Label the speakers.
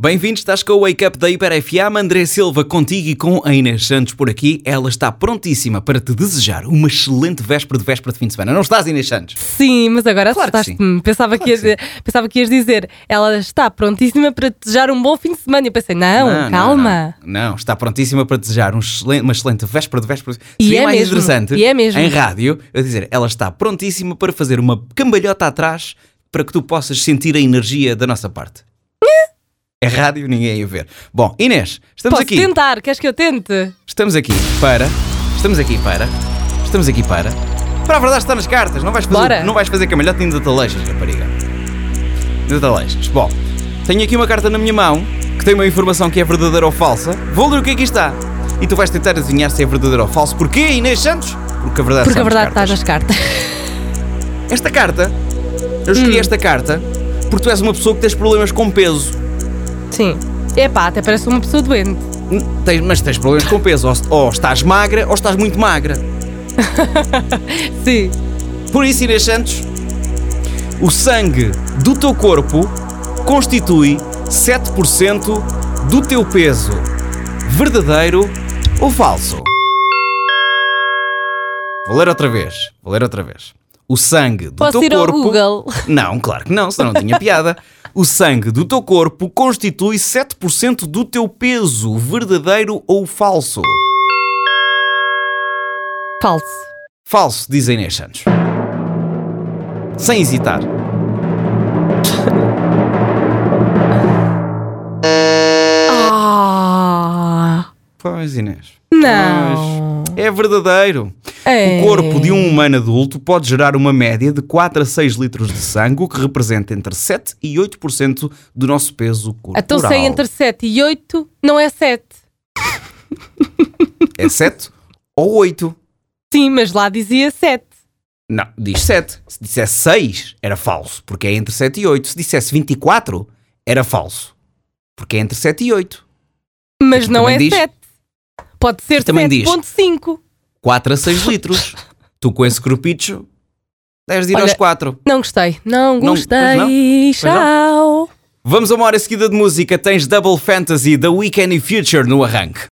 Speaker 1: Bem-vindos, estás com o Wake Up da Hiper FM, André Silva contigo e com a Inês Santos por aqui. Ela está prontíssima para te desejar uma excelente véspera de véspera de fim de semana. Não estás, Inês Santos?
Speaker 2: Sim, mas agora
Speaker 1: Claro que
Speaker 2: assustaste-me. Pensava,
Speaker 1: Claro
Speaker 2: que ias-
Speaker 1: que
Speaker 2: pensava que ias dizer, ela está prontíssima para desejar um bom fim de semana. Eu pensei, não, calma.
Speaker 1: Não, não. está prontíssima para desejar um excelente- uma excelente véspera de véspera.
Speaker 2: E
Speaker 1: Seria
Speaker 2: é
Speaker 1: mais
Speaker 2: mesmo,
Speaker 1: interessante
Speaker 2: e é mesmo.
Speaker 1: em rádio eu dizer, ela está prontíssima para fazer uma cambalhota atrás para que tu possas sentir a energia da nossa parte. É rádio, ninguém ia ver. Bom, Inês, estamos
Speaker 2: Posso
Speaker 1: aqui.
Speaker 2: tentar, queres que eu tente?
Speaker 1: Estamos aqui para. Estamos aqui para. Estamos aqui para. Para a verdade está nas cartas, não vais fazer,
Speaker 2: Bora.
Speaker 1: não vais fazer é camalhota nem de talejas, rapariga. De talejas. Bom, tenho aqui uma carta na minha mão que tem uma informação que é verdadeira ou falsa. Vou ler o que aqui está. E tu vais tentar adivinhar se é verdadeiro ou falso. Porquê, Inês Santos? Porque a verdade
Speaker 2: Porque a
Speaker 1: está nas
Speaker 2: verdade está
Speaker 1: cartas.
Speaker 2: nas cartas.
Speaker 1: Esta carta, eu
Speaker 2: Hum.
Speaker 1: escolhi esta carta porque tu és uma pessoa que tens problemas com peso.
Speaker 2: Sim. Epá, até parece uma pessoa doente.
Speaker 1: N- Hum, tens- mas tens problemas com peso. Ou, ou estás magra ou estás muito magra.
Speaker 2: Sim.
Speaker 1: Por isso, Inês Santos, o sangue do teu corpo constitui 7% do teu peso. Verdadeiro ou falso? Vou ler outra vez. Vou ler outra vez. O sangue do
Speaker 2: Posso
Speaker 1: teu
Speaker 2: ir ao
Speaker 1: corpo.
Speaker 2: Google?
Speaker 1: Não, claro que não, senão não tinha piada. O sangue do teu corpo constitui 7% do teu peso. Verdadeiro ou falso?
Speaker 2: Falso.
Speaker 1: Falso, diz a Inês Santos. Sem hesitar.
Speaker 2: Ah,
Speaker 1: Pois, Inês.
Speaker 2: não.
Speaker 1: É verdadeiro.
Speaker 2: É.
Speaker 1: O corpo de um humano adulto pode gerar uma média de 4 a 6 litros de sangue, o que representa entre 7 e 8% do nosso peso corporal.
Speaker 2: Então se é entre 7 e 8, não é 7.
Speaker 1: É 7 ou 8?
Speaker 2: Sim, mas lá dizia 7.
Speaker 1: Não, diz 7. Se dissesse 6, era falso, porque é entre 7 e 8. Se dissesse 24, era falso, porque é entre 7 e 8.
Speaker 2: Mas
Speaker 1: Aqui
Speaker 2: não
Speaker 1: também
Speaker 2: é
Speaker 1: diz.
Speaker 2: 7. Pode ser
Speaker 1: Aqui também diz.
Speaker 2: 7.5.
Speaker 1: 4 a 6 litros. tu com esse corpicho, deves de ir
Speaker 2: Olha,
Speaker 1: aos 4.
Speaker 2: Não gostei. Não
Speaker 1: Não-
Speaker 2: gostei.
Speaker 1: pois
Speaker 2: Tchau.
Speaker 1: Vamos a uma hora seguida de música. Tens Double Fantasy da Weekend in Future no arranque.